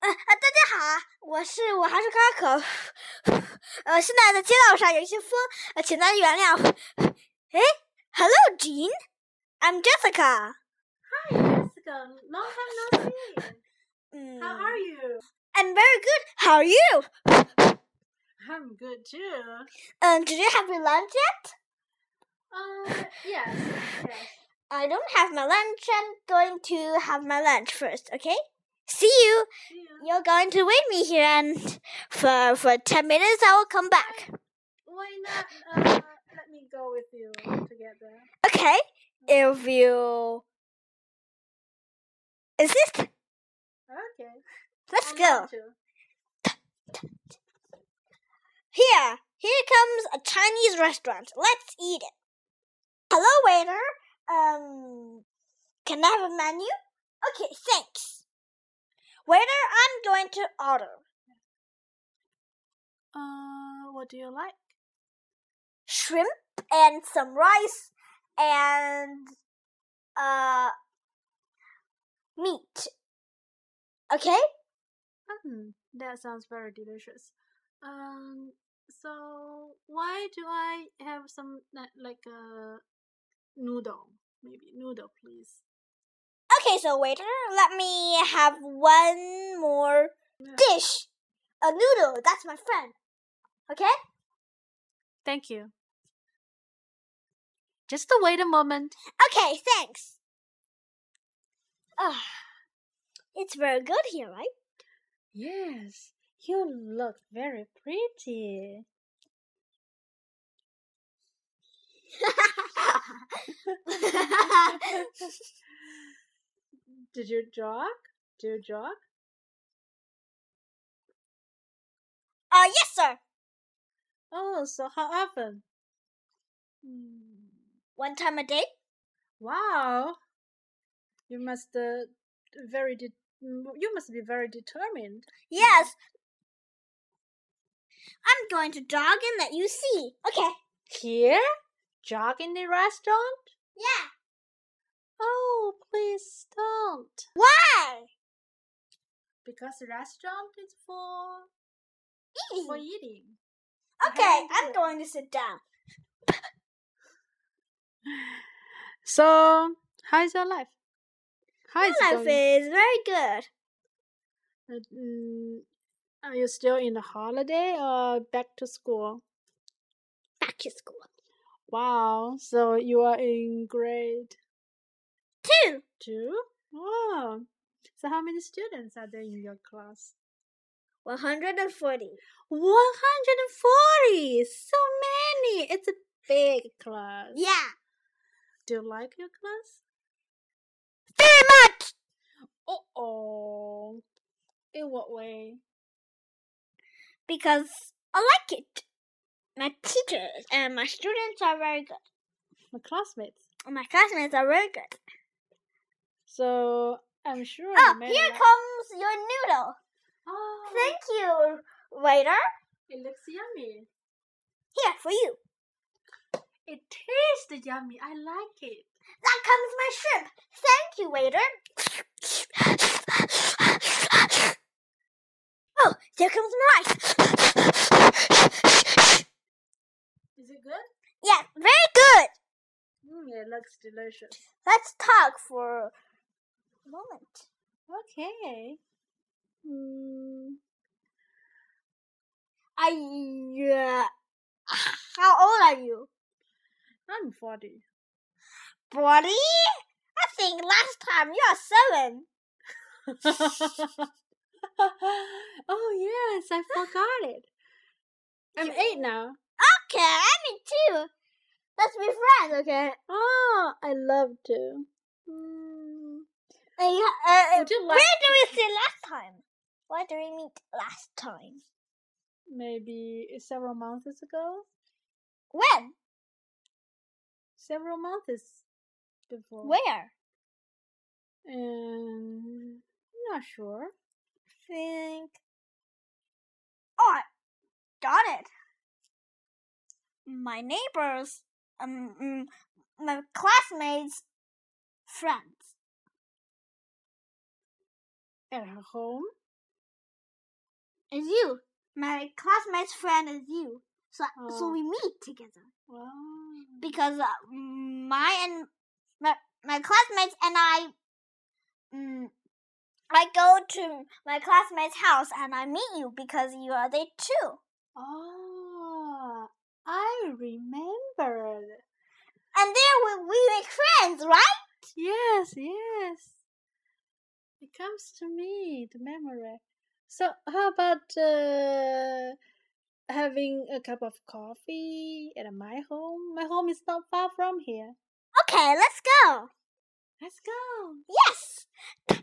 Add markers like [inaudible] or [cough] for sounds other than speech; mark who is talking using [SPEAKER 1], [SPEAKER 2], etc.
[SPEAKER 1] 呃啊，大家好啊，我是我还是卡可，呃，现在的街道上有一些风，呃，请大家原谅。哎，Hello Jean, I'm Jessica.
[SPEAKER 2] Jessica, long time no see.
[SPEAKER 1] 嗯
[SPEAKER 2] How are you?
[SPEAKER 1] I'm very good. How are you?
[SPEAKER 2] I'm good too.
[SPEAKER 1] 嗯、d i d you have your lunch yet?
[SPEAKER 2] Uh, yes, yes.
[SPEAKER 1] I don't have my lunch. I'm going to have my lunch first. Okay. See you.
[SPEAKER 2] See you.
[SPEAKER 1] You're going to wait me here, and for for ten minutes, I will come back.
[SPEAKER 2] Why not? Uh, let me go with you together.
[SPEAKER 1] Okay. If you insist,
[SPEAKER 2] Okay.
[SPEAKER 1] let's
[SPEAKER 2] I'm
[SPEAKER 1] go.
[SPEAKER 2] going to.
[SPEAKER 1] Here, here comes a Chinese restaurant. Let's eat it. Hello, waiter. Um, can I have a menu? Okay, thanks. Waiter, I'm going to order
[SPEAKER 2] Uh, what do you like?
[SPEAKER 1] shrimp and some rice and uh meat. Okay?
[SPEAKER 2] Hmm, that sounds very delicious. Um, so why do I have some li- like a noodle? Maybe noodle, please.
[SPEAKER 1] Okay, so waiter, let me have one more
[SPEAKER 2] Yeah.
[SPEAKER 1] dish. A noodle, that's my friend. Okay?
[SPEAKER 2] Thank you. Just wait a moment.
[SPEAKER 1] Okay, thanks. Ah, it's very good here, right?
[SPEAKER 2] Yes, you look very pretty. Did you jog? Do you jog?
[SPEAKER 1] uh, yes, sir.
[SPEAKER 2] Oh, so how often? Hmm,
[SPEAKER 1] One time a day?
[SPEAKER 2] Wow, you must uh, very de- mm, you must be very determined.
[SPEAKER 1] Yes. I'm going to jog and let you see. Okay.
[SPEAKER 2] Here, jog in the restaurant?
[SPEAKER 1] Yeah.
[SPEAKER 2] Oh, please don't,
[SPEAKER 1] Why?
[SPEAKER 2] because restaurant is for
[SPEAKER 1] [laughs]
[SPEAKER 2] for
[SPEAKER 1] Eating.
[SPEAKER 2] eating.
[SPEAKER 1] Okay, I'm going to sit down.
[SPEAKER 2] So, how is your life? How is
[SPEAKER 1] My life is very good.
[SPEAKER 2] Uh, mm, Are you still in the holiday or back to school?
[SPEAKER 1] Back to school.
[SPEAKER 2] Wow, so you are in grade
[SPEAKER 1] Two.
[SPEAKER 2] two? Wow. So how many students are there in your class?
[SPEAKER 1] 140.
[SPEAKER 2] 140! So many! It's a big class.
[SPEAKER 1] Yeah.
[SPEAKER 2] Do you like your class?
[SPEAKER 1] Very much.
[SPEAKER 2] Uh-oh. In what way?
[SPEAKER 1] Because I like it. My teachers and my students are very good.
[SPEAKER 2] My classmates.
[SPEAKER 1] And my classmates are very good.
[SPEAKER 2] So I'm sure
[SPEAKER 1] Oh,
[SPEAKER 2] you may
[SPEAKER 1] here
[SPEAKER 2] like-
[SPEAKER 1] comes your noodle.
[SPEAKER 2] Oh,
[SPEAKER 1] Thank you, waiter.
[SPEAKER 2] it looks yummy.
[SPEAKER 1] Here, for you.
[SPEAKER 2] It tastes yummy. I like it.
[SPEAKER 1] That comes my shrimp. Thank you, waiter. Oh, there comes my rice.
[SPEAKER 2] Is it good?
[SPEAKER 1] Yeah, very good.
[SPEAKER 2] Mm, it looks delicious.
[SPEAKER 1] Let's talk for a moment.
[SPEAKER 2] Okay. Mm,
[SPEAKER 1] I, uh, how old are you?
[SPEAKER 2] I'm 40.
[SPEAKER 1] Forty? I think last time you are seven.
[SPEAKER 2] [laughs] oh, yes, I forgot [laughs] it. I'm 8 now.
[SPEAKER 1] Okay, I'm in two. Let's be friends, okay?
[SPEAKER 2] Oh, I love to. Mm,
[SPEAKER 1] Uh, yeah, uh, uh,
[SPEAKER 2] would you
[SPEAKER 1] where
[SPEAKER 2] like
[SPEAKER 1] do we see last time? Where do we meet last time?
[SPEAKER 2] maybe several months ago?
[SPEAKER 1] When?
[SPEAKER 2] Several months before.
[SPEAKER 1] Where?
[SPEAKER 2] Um, I'm not sure.
[SPEAKER 1] Think. Oh, I got it. My neighbors, um, mm, my classmates, friends.
[SPEAKER 2] At her home?
[SPEAKER 1] is you. My classmate's friend is you. So so
[SPEAKER 2] Oh.
[SPEAKER 1] we meet together
[SPEAKER 2] Wow.
[SPEAKER 1] because uh, my and my, my classmates and I mm, I go to my classmate's house and I meet you because you are there too.
[SPEAKER 2] Oh, I remembered.
[SPEAKER 1] And there we, we make friends, right?
[SPEAKER 2] Yes, yes. It comes to me, the memory. So, how about uh, having a cup of coffee at my home? My home is not far from here.
[SPEAKER 1] Okay, let's go.
[SPEAKER 2] Let's go.
[SPEAKER 1] Yes.